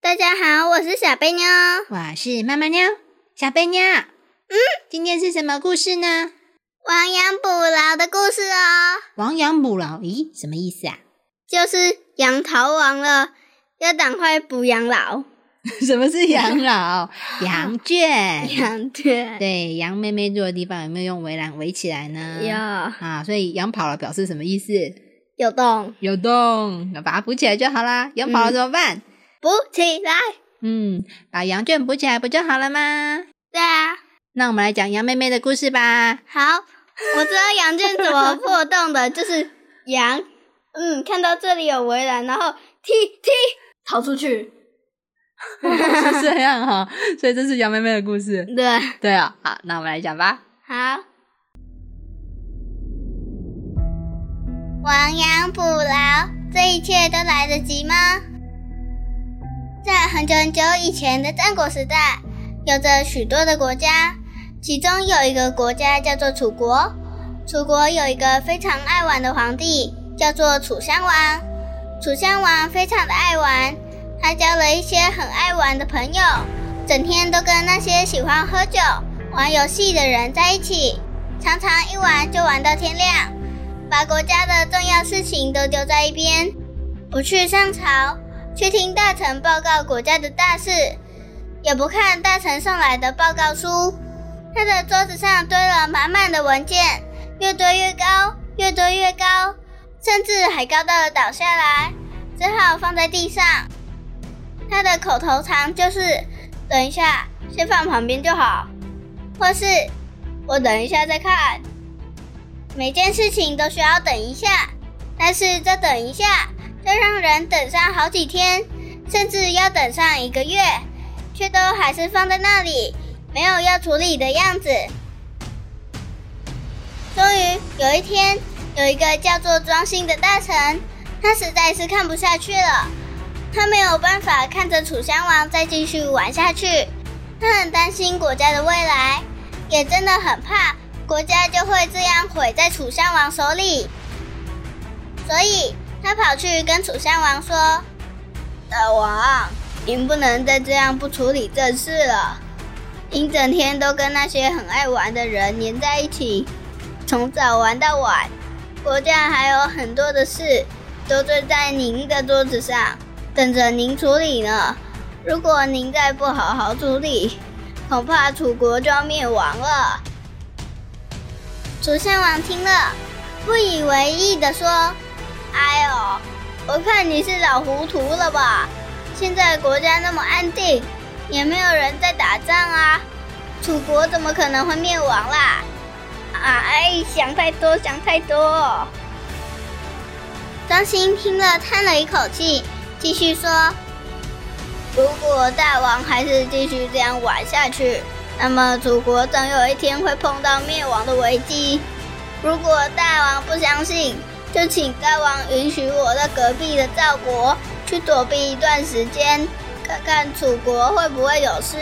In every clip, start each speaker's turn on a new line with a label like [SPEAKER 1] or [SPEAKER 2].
[SPEAKER 1] 大家好，我是小贝妞。
[SPEAKER 2] 我是妈妈妞，小贝妞。嗯，今天是什么故事呢？
[SPEAKER 1] 亡羊补牢的故事哦，
[SPEAKER 2] 亡羊补牢，咦，什么意思啊？
[SPEAKER 1] 就是羊逃亡了，要赶快补羊老。
[SPEAKER 2] 什么是 养老？ 羊圈。
[SPEAKER 1] 羊圈
[SPEAKER 2] 对，羊妹妹住的地方有没有用围栏围起来呢？
[SPEAKER 1] 有
[SPEAKER 2] 啊，所以羊跑了表示什么意思？
[SPEAKER 1] 有洞，
[SPEAKER 2] 有洞，把它补起来就好啦。羊跑了怎么办？
[SPEAKER 1] 补起来。
[SPEAKER 2] 嗯，把羊圈补起来不就好了吗？
[SPEAKER 1] 对啊，
[SPEAKER 2] 那我们来讲羊妹妹的故事 吧。
[SPEAKER 1] 好，我知道羊圈怎么破洞的，就是羊，嗯，看到这里有围栏，然后踢踢逃出去。
[SPEAKER 2] 是这样哈、所以这是羊妹妹的故事。
[SPEAKER 1] 对，
[SPEAKER 2] 对啊，好，那我们来讲吧。
[SPEAKER 1] 好。亡羊补牢，这一切都来得及吗？在很久很久以前的战国时代，有着许多的国家，其中有一个国家叫做楚国。楚国有一个非常爱玩的皇帝，叫做楚襄王。楚襄王非常的爱玩，他交了一些很爱玩的朋友，整天都跟那些喜欢喝酒、玩游戏的人在一起，常常一玩就玩到天亮，把国家的重要事情都丢在一边，不去上朝，去听大臣报告国家的大事，也不看大臣送来的报告书。他的桌子上堆了满满的文件，越堆越高，越堆越高，甚至还高到了倒下来，只好放在地上。他的口头禅就是“等一下，先放旁边就好”，或是“我等一下再看”。每件事情都需要等一下，但是这等一下就让人等上好几天，甚至要等上一个月，却都还是放在那里，没有要处理的样子。终于有一天，有一个叫做庄信的大臣，他实在是看不下去了。他没有办法看着楚襄王再继续玩下去，他很担心国家的未来，也真的很怕国家就会这样毁在楚襄王手里。所以他跑去跟楚襄王说：“大王，您不能再这样不处理正事了。您整天都跟那些很爱玩的人黏在一起，从早玩到晚，国家还有很多的事都堆在您的桌子上。”等着您处理呢。如果您再不好好处理，恐怕楚国就要灭亡了。楚襄王听了，不以为意的说：“哎呦，我看你是老糊涂了吧？现在国家那么安定，也没有人在打仗啊，楚国怎么可能会灭亡啦？”哎，想太多，想太多。张欣听了，叹了一口气，继续说：“如果大王还是继续这样玩下去，那么楚国总有一天会碰到灭亡的危机。如果大王不相信，就请大王允许我到隔壁的赵国去躲避一段时间，看看楚国会不会有事。”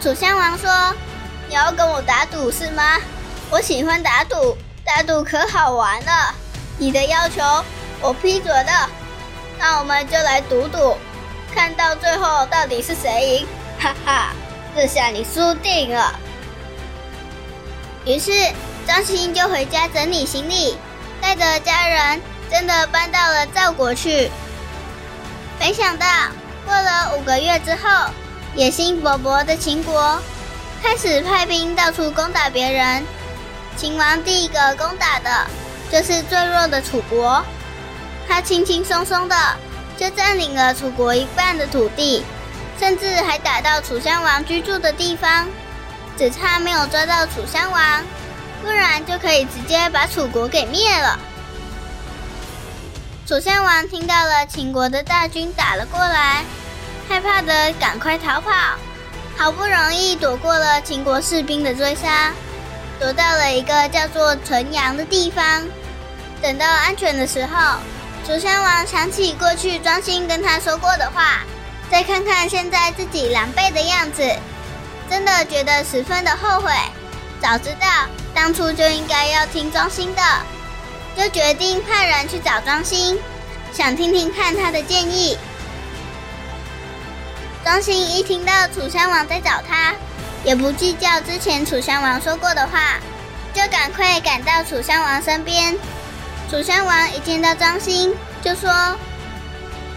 [SPEAKER 1] 楚襄王说：“你要跟我打赌是吗？我喜欢打赌，打赌可好玩了。你的要求我批准了，那我们就来赌赌，看到最后到底是谁赢。 哈哈，这下你输定了。于是张欣就回家整理行李，带着家人真的搬到了赵国去。没想到，过了五个月之后，野心勃勃的秦国开始派兵到处攻打别人。秦王第一个攻打的就是最弱的楚国，他轻轻松松的就占领了楚国一半的土地，甚至还打到楚襄王居住的地方，只差没有抓到楚襄王，不然就可以直接把楚国给灭了。楚襄王听到了秦国的大军打了过来，害怕的赶快逃跑，好不容易躲过了秦国士兵的追杀，躲到了一个叫做纯阳的地方。等到安全的时候，楚襄王想起过去庄辛跟他说过的话，再看看现在自己狼狈的样子，真的觉得十分的后悔。早知道当初就应该要听庄辛的，就决定派人去找庄辛，想听听看他的建议。庄辛一听到楚襄王在找他，也不计较之前楚襄王说过的话，就赶快赶到楚襄王身边。楚襄王一见到张兴，就说：“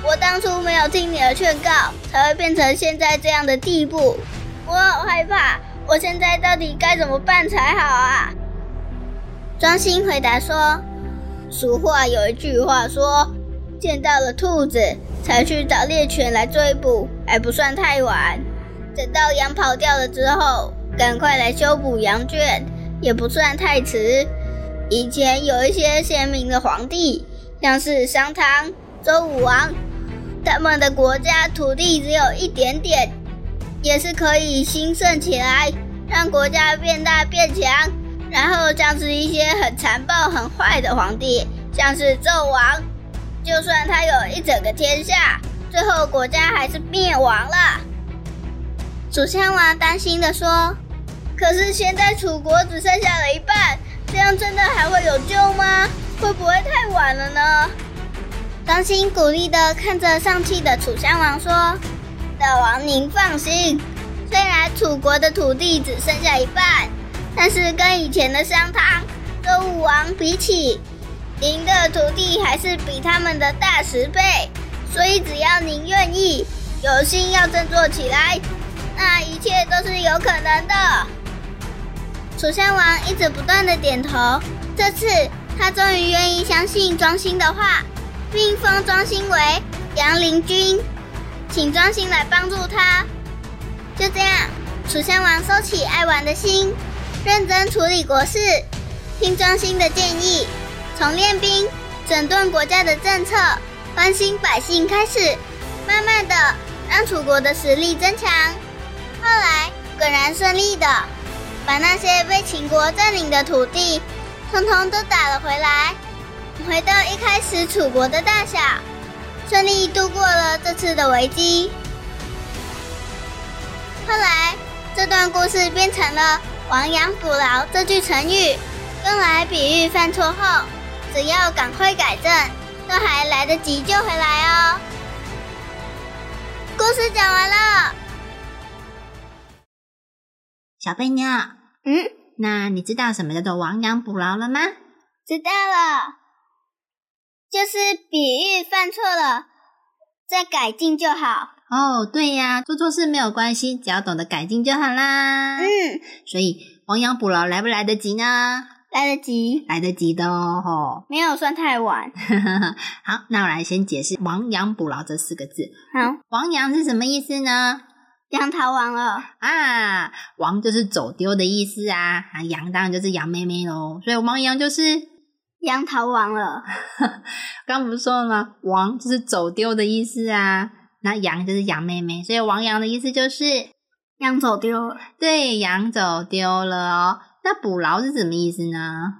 [SPEAKER 1] 我当初没有听你的劝告，才会变成现在这样的地步。我好害怕，我现在到底该怎么办才好啊？”庄兴回答说：“俗话有一句话说，见到了兔子才去找猎犬来追捕，还不算太晚。等到羊跑掉了之后，赶快来修补羊圈，也不算太迟。”以前有一些贤明的皇帝，像是商汤、周武王，他们的国家土地只有一点点，也是可以兴盛起来，让国家变大变强。然后像是一些很残暴、很坏的皇帝，像是纣王，就算他有一整个天下，最后国家还是灭亡了。楚襄王担心的说：“可是现在楚国只剩下了一半。”这样真的还会有救吗？会不会太晚了呢？张兴鼓励的看着上气的楚襄王说：“大王您放心，虽然楚国的土地只剩下一半，但是跟以前的商汤、周武王比起，您的土地还是比他们的大十倍。所以只要您愿意，有心要振作起来，那一切都是有可能的。”楚襄王一直不断的点头，这次他终于愿意相信庄辛的话，并封庄辛为杨陵君，请庄辛来帮助他。就这样，楚襄王收起爱玩的心，认真处理国事，听庄辛的建议，从练兵、整顿国家的政策、关心百姓开始，慢慢的让楚国的实力增强。后来果然顺利的。把那些被秦国占领的土地，通通都打了回来，回到一开始楚国的大小，顺利度过了这次的危机。后来，这段故事变成了“亡羊补牢”这句成语，用来比喻犯错后，只要赶快改正，都还来得及救回来哦。故事讲完了。
[SPEAKER 2] 小贝妞，
[SPEAKER 1] 嗯，
[SPEAKER 2] 那你知道什么叫做亡羊补牢了吗？
[SPEAKER 1] 知道了，就是比喻犯错了，再改进就好。
[SPEAKER 2] 哦，对呀，做错事没有关系，只要懂得改进就好啦。
[SPEAKER 1] 嗯，
[SPEAKER 2] 所以亡羊补牢来不来得及呢？
[SPEAKER 1] 来得及，
[SPEAKER 2] 来得及的哦。吼
[SPEAKER 1] 没有算太晚。
[SPEAKER 2] 好，那我来先解释“亡羊补牢”这四个字。
[SPEAKER 1] 好，
[SPEAKER 2] 亡羊是什么意思呢？
[SPEAKER 1] 杨桃完了，
[SPEAKER 2] 啊，亡就是走丢的意思啊，啊，羊当然就是羊妹妹喽。所以亡羊就是
[SPEAKER 1] 杨桃完了，
[SPEAKER 2] 刚不是说了吗？亡就是走丢的意思啊，那羊就是羊妹妹，所以亡羊的意思就是
[SPEAKER 1] 羊走丢了，
[SPEAKER 2] 对羊走丢了哦。那捕牢是什么意思呢？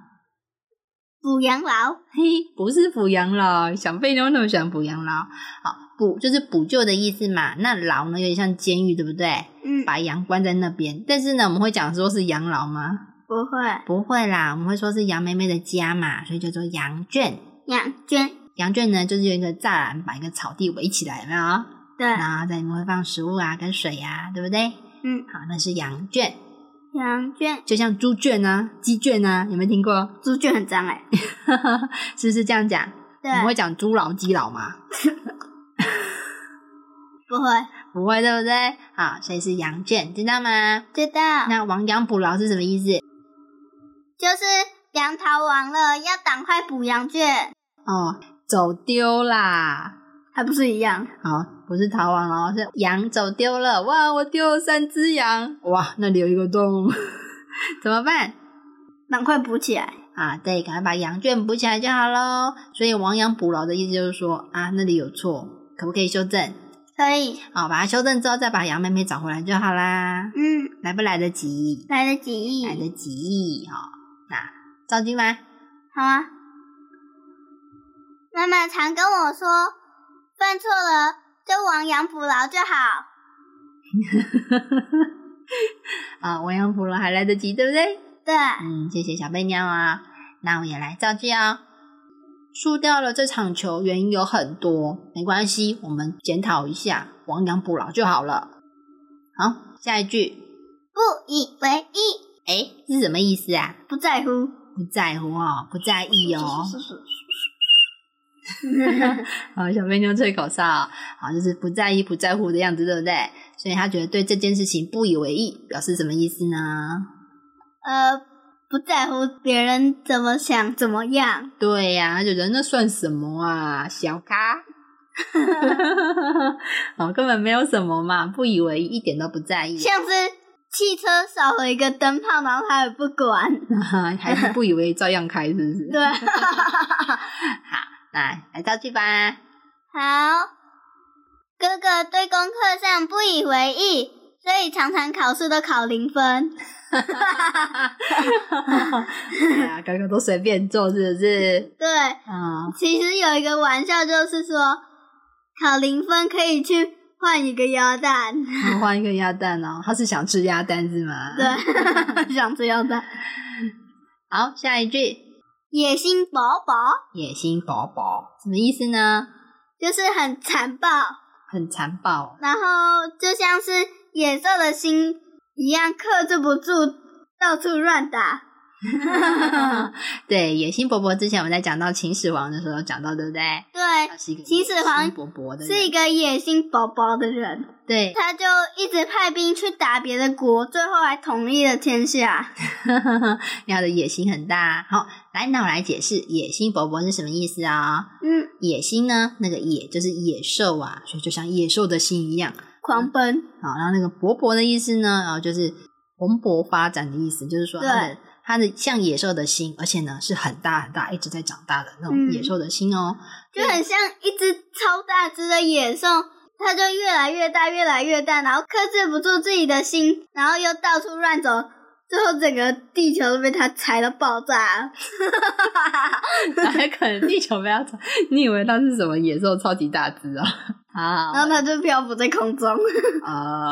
[SPEAKER 1] 补羊牢。
[SPEAKER 2] 嘿，不是补羊牢，小贝妞那么喜欢补羊牢。好，补就是补救的意思嘛。那牢呢，有点像监狱，对不对？
[SPEAKER 1] 嗯，
[SPEAKER 2] 把羊关在那边。但是呢，我们会讲说是羊牢吗？
[SPEAKER 1] 不会，
[SPEAKER 2] 不会啦，我们会说是羊妹妹的家嘛，所以叫做羊圈。
[SPEAKER 1] 羊圈
[SPEAKER 2] 羊圈呢，就是用一个栅栏把一个草地围起来，有没有？
[SPEAKER 1] 对，
[SPEAKER 2] 然后在里面会放食物啊，跟水呀、对不对？
[SPEAKER 1] 嗯，
[SPEAKER 2] 好，那是羊圈，
[SPEAKER 1] 羊圈
[SPEAKER 2] 就像猪圈啊、鸡圈啊，有没有听过？
[SPEAKER 1] 猪圈很脏哎、
[SPEAKER 2] 是不是这样讲？
[SPEAKER 1] 对
[SPEAKER 2] 我，们会讲猪牢、鸡牢吗？
[SPEAKER 1] 不会，
[SPEAKER 2] 不会，对不对？好，所以是羊圈，知道吗？
[SPEAKER 1] 知道，
[SPEAKER 2] 那亡羊补牢是什么意思？
[SPEAKER 1] 就是杨桃完了，要赶快补羊圈，
[SPEAKER 2] 哦，走丢啦！
[SPEAKER 1] 还不是一样？
[SPEAKER 2] 好，不是逃亡哦，是羊走丢了。哇，我丢了三 只羊，哇，那里有一个洞，怎么办？
[SPEAKER 1] 赶快补起来，
[SPEAKER 2] 啊，对，赶快把羊圈补起来就好喽。所以亡羊补牢的意思就是说啊，那里有错，可不可以修正？
[SPEAKER 1] 可以，
[SPEAKER 2] 啊，把它修正之后再把羊妹妹找回来就好啦。
[SPEAKER 1] 嗯，
[SPEAKER 2] 来不来得及？
[SPEAKER 1] 来得及，
[SPEAKER 2] 来得及哈、哦。那造句吗？
[SPEAKER 1] 好啊。妈妈常跟我说，犯错了就亡羊补牢就好。
[SPEAKER 2] 啊，亡羊补牢还来得及，对不对？
[SPEAKER 1] 对，
[SPEAKER 2] 嗯，谢谢小贝鸟啊。那我也来造句哦。输掉了这场球，原因有很多，没关系，我们检讨一下，亡羊补牢就好了。好，下一句，
[SPEAKER 1] 不以为意，
[SPEAKER 2] 哎，是什么意思啊？
[SPEAKER 1] 不在乎。
[SPEAKER 2] 不在乎哦，不在意哦。好，小贝妞吹口哨，哦好，就是不在意、不在乎的样子，对不对？所以他觉得对这件事情不以为意，表示什么意思呢？
[SPEAKER 1] 呃，不在乎别人怎么想怎么样。
[SPEAKER 2] 对呀、他觉得那算什么啊，小咖， 哦，根本没有什么嘛，不以为意，一点都不在意，
[SPEAKER 1] 像是汽车少了一个灯泡，然后他也不管。
[SPEAKER 2] 还是不以为照样开，是不是？
[SPEAKER 1] 对，
[SPEAKER 2] 来，来造句吧。
[SPEAKER 1] 好，哥哥对功课上不以为意，所以常常考试都考零分。
[SPEAKER 2] 哎呀，哥哥都随便做，是不是？
[SPEAKER 1] 对，
[SPEAKER 2] 啊、
[SPEAKER 1] 其实有一个玩笑就是说，考零分可以去换一个腰带。
[SPEAKER 2] 我换一个鸭蛋哦，他是想吃鸭蛋是吗？。
[SPEAKER 1] 对，想吃腰带，
[SPEAKER 2] 好，下一句，
[SPEAKER 1] 野心勃勃，
[SPEAKER 2] 野心勃勃，什么意思呢？
[SPEAKER 1] 就是很残暴。
[SPEAKER 2] 很残 暴，
[SPEAKER 1] 然后就像是野兽的心一样，克制不住，到处乱打。
[SPEAKER 2] 对，野心勃勃。之前我们在讲到秦始皇的时候讲到，对不对？
[SPEAKER 1] 对
[SPEAKER 2] 他，是一个
[SPEAKER 1] 秦始皇
[SPEAKER 2] 野心勃勃的人，
[SPEAKER 1] 是一个野心勃勃的人，
[SPEAKER 2] 对，
[SPEAKER 1] 他就一直派兵去打别的国，最后还统一了天下。
[SPEAKER 2] 因为他的野心很大。好，来，那我来解释野心勃勃是什么意思啊、
[SPEAKER 1] 嗯，
[SPEAKER 2] 野心呢，那个野就是野兽啊，所以就像野兽的心一样。
[SPEAKER 1] 狂奔。
[SPEAKER 2] 好，然后那个勃勃的意思呢，然后就是蓬勃发展的意思，就是说它的它的像野兽的心，而且呢是很大很大，一直在长大的那种
[SPEAKER 1] 嗯
[SPEAKER 2] 野兽的心哦。
[SPEAKER 1] 就很像一只超大只的野兽，它就越来越大，越来越大，然后克制不住自己的心，然后又到处乱走，最后整个地球都被它踩到爆炸 了。
[SPEAKER 2] 还可能地球不要 长，你以为它是什么野兽超级大只哦？ 好，
[SPEAKER 1] 然后它就漂浮在空中。
[SPEAKER 2] 呃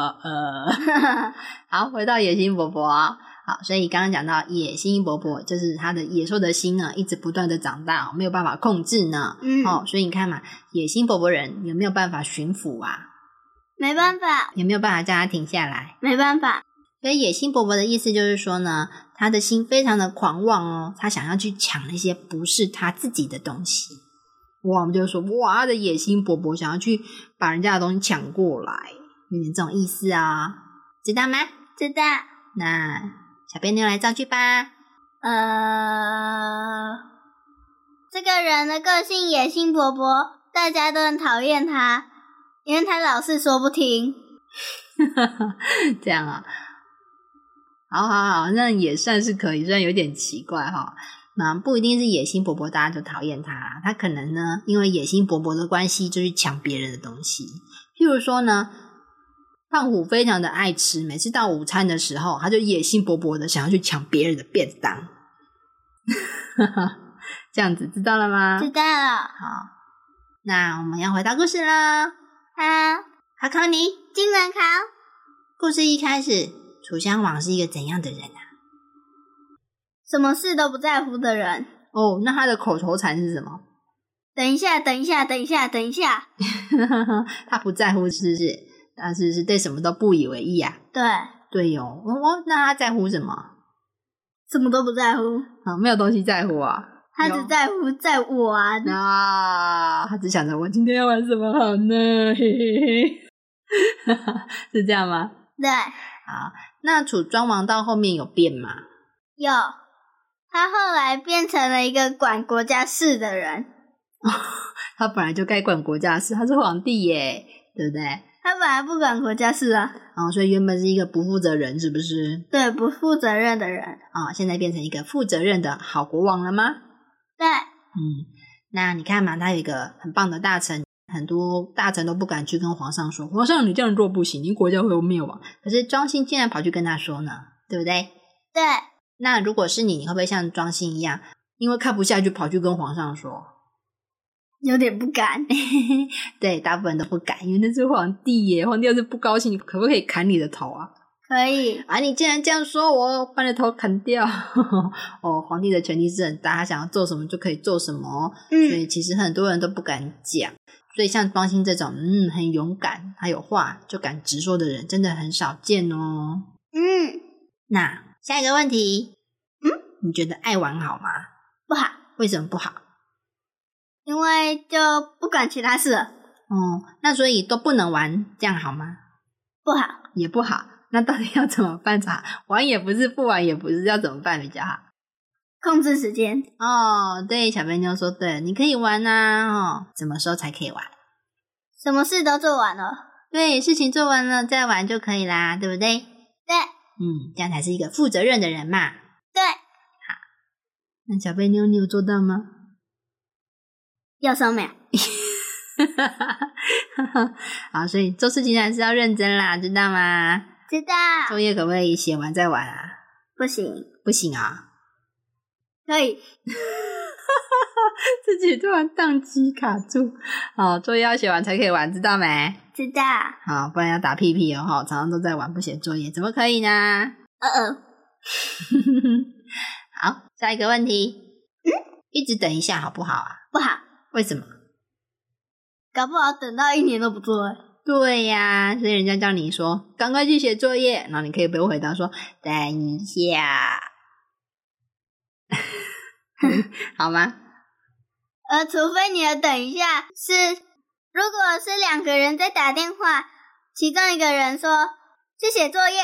[SPEAKER 2] 呃， 好，回到野心勃勃啊、好，所以刚刚讲到野心勃勃，就是它的野兽的心呢，一直不断的长大，没有办法控制呢。
[SPEAKER 1] 嗯，
[SPEAKER 2] 哦，所以你看嘛，野心勃勃人有没有办法驯服啊？
[SPEAKER 1] 没办法，
[SPEAKER 2] 有没有办法叫他停下来？
[SPEAKER 1] 没办法，
[SPEAKER 2] 所以野心勃勃的意思就是说呢，他的心非常的狂妄哦，他想要去抢那些不是他自己的东西。哇，我们就说哇，他的野心勃勃，想要去把人家的东西抢过来，有点这种意思啊、知道吗？
[SPEAKER 1] 知道？
[SPEAKER 2] 那小编妞来造句吧。
[SPEAKER 1] 呃，这个人的个性野心勃勃，大家都很讨厌他，因为他老是说不听。
[SPEAKER 2] 这样啊，好好好，那也算是可以，虽然有点奇怪哈、那不一定是野心勃勃，大家就讨厌他啦。他可能呢，因为野心勃勃的关系，就去抢别人的东西。譬如说呢，胖虎非常的爱吃，每次到午餐的时候，他就野心勃勃的想要去抢别人的便当。 这样子知道了吗？
[SPEAKER 1] 知道了，
[SPEAKER 2] 好，那我们要回到故事啦。
[SPEAKER 1] 好，
[SPEAKER 2] 考考你，
[SPEAKER 1] 金门考。
[SPEAKER 2] 故事一开始，楚襄王是一个怎样的人啊？
[SPEAKER 1] 什么事都不在乎的人。
[SPEAKER 2] 哦，那他的口头禅是什么？
[SPEAKER 1] 等一下，等一下，等一下，等一下。
[SPEAKER 2] 他不在乎是不是？他是不是对什么都不以为意啊？
[SPEAKER 1] 对，
[SPEAKER 2] 对哦，哦哦，那他在乎什么？
[SPEAKER 1] 什么都不在乎，
[SPEAKER 2] 啊，没有东西在乎啊。
[SPEAKER 1] 他
[SPEAKER 2] 有
[SPEAKER 1] 只在乎在玩。
[SPEAKER 2] 啊，他只想着我今天要玩什么好呢？ 嘿嘿嘿，是这样吗？
[SPEAKER 1] 对，
[SPEAKER 2] 好，那楚庄王到后面有变吗？
[SPEAKER 1] 有。他后来变成了一个管国家事的人。
[SPEAKER 2] 他本来就该管国家的事，他是皇帝耶，对不对？
[SPEAKER 1] 他本来不管国家事啊，
[SPEAKER 2] 然后所以原本是一个不负责人，是不是？
[SPEAKER 1] 对，不负责任的人。
[SPEAKER 2] 啊、现在变成一个负责任的好国王了吗？
[SPEAKER 1] 对，
[SPEAKER 2] 嗯，那你看嘛，他有一个很棒的大臣，很多大臣都不敢去跟皇上说，皇上你这样做不行，您国家会灭亡。可是庄信竟然跑去跟他说呢，对不对？
[SPEAKER 1] 对，
[SPEAKER 2] 那如果是你，你会不会像庄信一样，因为看不下去跑去跟皇上说？
[SPEAKER 1] 有点不敢。
[SPEAKER 2] 对，大部分都不敢，因为那是皇帝耶，皇帝要是不高兴，可不可以砍你的头啊？
[SPEAKER 1] 可以，
[SPEAKER 2] 啊，你竟然这样说我，把你的头砍掉！ 哦，皇帝的权力是很大，他想要做什么就可以做什么哦。所
[SPEAKER 1] 嗯，
[SPEAKER 2] 以其实很多人都不敢讲。所以像庄心这种，嗯，很勇敢，还有话就敢直说的人，真的很少见哦。
[SPEAKER 1] 嗯，
[SPEAKER 2] 那下一个问题，嗯，你觉得爱玩好吗？
[SPEAKER 1] 不好，
[SPEAKER 2] 为什么不好？
[SPEAKER 1] 因为就不管其他事了，
[SPEAKER 2] 哦、那所以都不能玩，这样好吗？
[SPEAKER 1] 不好。
[SPEAKER 2] 也不好。那到底要怎么办才好？玩也不是，不玩也不是，要怎么办比较好？
[SPEAKER 1] 控制时间，
[SPEAKER 2] 哦，对，小笨妞说对了，你可以玩啊，哦，什么时候才可以玩？
[SPEAKER 1] 什么事都做完了。
[SPEAKER 2] 对，事情做完了再玩就可以啦，对不对？
[SPEAKER 1] 对，
[SPEAKER 2] 嗯，这样才是一个负责任的人嘛。
[SPEAKER 1] 对，
[SPEAKER 2] 那小贝妞，你有做到吗？
[SPEAKER 1] 要收秒。
[SPEAKER 2] 好，所以做事情还是要认真啦，知道吗？
[SPEAKER 1] 知道，
[SPEAKER 2] 作业可不可以写完再玩啊？
[SPEAKER 1] 不行，
[SPEAKER 2] 不行啊，
[SPEAKER 1] 可以，
[SPEAKER 2] 自己突然宕机卡住。好，作业要写完才可以玩，知道没？
[SPEAKER 1] 知道。呃
[SPEAKER 2] 好，不然要打屁屁哦。哈，常常都在玩不写作业，怎么可以呢？
[SPEAKER 1] 呃呃，
[SPEAKER 2] 好，下一个问题，一直等一下好不好啊？
[SPEAKER 1] 不好，
[SPEAKER 2] 为什么？
[SPEAKER 1] 搞不好等到一年都不做了。
[SPEAKER 2] 对呀、所以人家叫你说赶快去写作业，然后你可以不用回答说等一下， 好吗？
[SPEAKER 1] 呃，除非你的等一下是，如果是两个人在打电话，其中一个人说去写作业，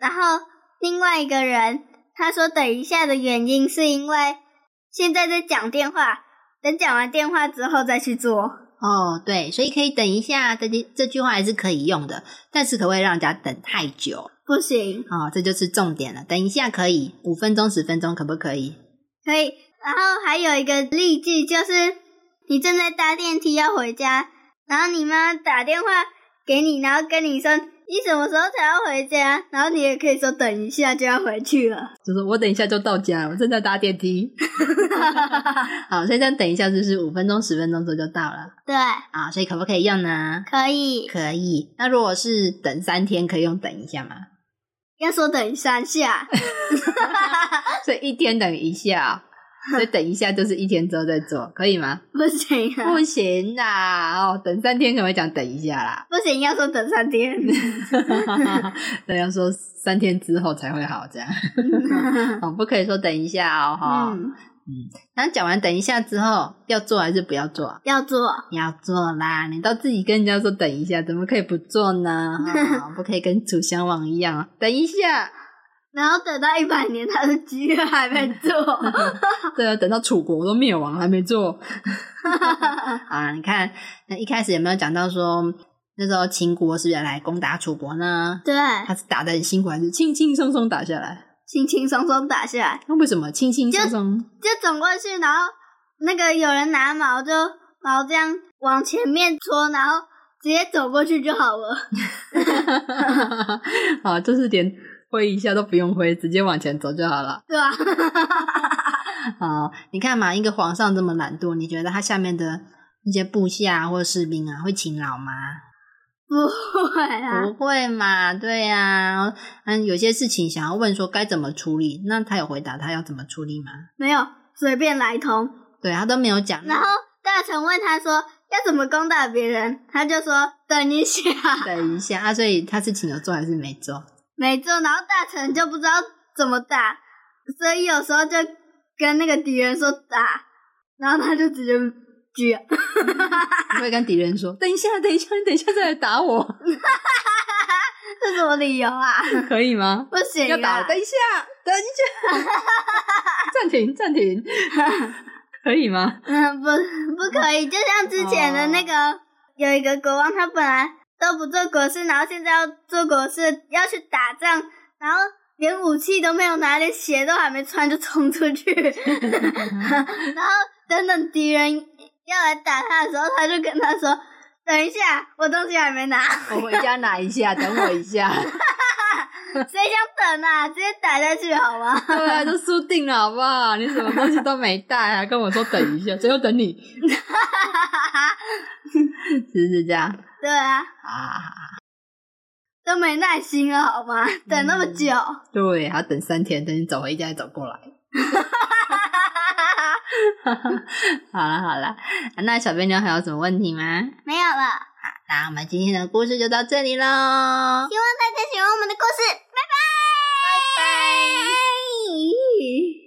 [SPEAKER 1] 然后另外一个人他说等一下的原因是因为现在在讲电话，等讲完电话之后再去做。
[SPEAKER 2] 哦，对，所以可以等一下，这句这句话还是可以用的，但是可不可以让人家等太久？
[SPEAKER 1] 不行，
[SPEAKER 2] 哦，这就是重点了。等一下可以，五分钟、十分钟可不可以？
[SPEAKER 1] 可以。然后还有一个例句就是，你正在搭电梯要回家，然后你妈妈打电话给你，然后跟你说你什么时候才要回家，然后你也可以说等一下就要回去了。
[SPEAKER 2] 就是我等一下就到家了，我正在搭电梯。 好，所以这样等一下就是五分钟、十分钟之后就到了
[SPEAKER 1] 对，
[SPEAKER 2] 啊、所以可不可以用呢？
[SPEAKER 1] 可以，
[SPEAKER 2] 可以。那如果是等三天，可以用等一下吗？
[SPEAKER 1] 要说等三下。
[SPEAKER 2] 所以一天等一 下哦、所以等一下就是一天之后再做，可以 吗？
[SPEAKER 1] 不 行啊，
[SPEAKER 2] 不行啦，哦，等三天可不可以讲等一下 啦？
[SPEAKER 1] 不行，要说等三 天。
[SPEAKER 2] 对，要说三天之后才会好，这 样哦，不可以说等一下哦，哈、
[SPEAKER 1] 嗯，
[SPEAKER 2] 那讲完等一下之后，要做还是不要做？
[SPEAKER 1] 要做，
[SPEAKER 2] 要做啦！你到自己跟人家说等一下，怎么可以不做呢？ 哈不可以跟楚襄王一样，啊等一下，
[SPEAKER 1] 然后等到一百年，他是几月还没 做？
[SPEAKER 2] 对啊，等到楚国都灭亡还没 做啊！你看，那一开始有没有讲到说，那时候秦国是不是来攻打楚国呢？
[SPEAKER 1] 对，
[SPEAKER 2] 他是打的很辛苦，还是轻轻松松打下来？
[SPEAKER 1] 轻轻松松打下来。
[SPEAKER 2] 那为什么轻轻松松？
[SPEAKER 1] 就走过去，然后那个有人拿毛就毛这样往前面戳，然后直接走过去就好了。
[SPEAKER 2] 啊，就是连挥一下都不用挥，直接往前走就好了。
[SPEAKER 1] 对吧、
[SPEAKER 2] 啊、你看嘛，一个皇上这么懒惰，你觉得他下面的那些部下啊或士兵啊会勤劳吗？
[SPEAKER 1] 不会啊，
[SPEAKER 2] 不会嘛，对呀、嗯，有些事情想要问说该怎么处理，那他有回答他要怎么处理吗？
[SPEAKER 1] 没有随便来通。
[SPEAKER 2] 对他都没有讲，
[SPEAKER 1] 然后大臣问他说要怎么攻打别人，他就说等一下，
[SPEAKER 2] 等一下啊，所以他事情有做还是没做？
[SPEAKER 1] 没做。然后大臣就不知道怎么打，所以有时候就跟那个敌人说打，然后他就直接举。
[SPEAKER 2] 你会跟敌人说 等一下，等一下，你等一下再来打我，
[SPEAKER 1] 这什么理由啊？
[SPEAKER 2] 可以吗？
[SPEAKER 1] 不行啊，
[SPEAKER 2] 要打，等一下，等一 下，暂停，暂 停，可以 吗？
[SPEAKER 1] 嗯，不，不可以。就像之前的那个，有一个国王，他本来都不做国事，然后现在要做国事，要去打仗，然后连武器都没有拿，连鞋都还没穿就冲出去，然后等等敌人要来打他的时候，他就跟他说：“等一下，我东西还没拿，
[SPEAKER 2] 我回家拿一下，等我一下。
[SPEAKER 1] 谁想等啊？直接打下去好吗？”
[SPEAKER 2] 对啊，都输定了，好不好？你什么东西都没带，还跟我说等 一下，谁要等你？是不是这样
[SPEAKER 1] 对啊，
[SPEAKER 2] 啊？
[SPEAKER 1] 都没耐心了好吗？等那么久，
[SPEAKER 2] 对，还要等三天，等你走回家再走过来。好了好了，那小笨妞还有什么问题吗？
[SPEAKER 1] 没有了。
[SPEAKER 2] 那我们今天的故事就到这里喽。
[SPEAKER 1] 希望大家喜欢我们的故事，拜拜。拜拜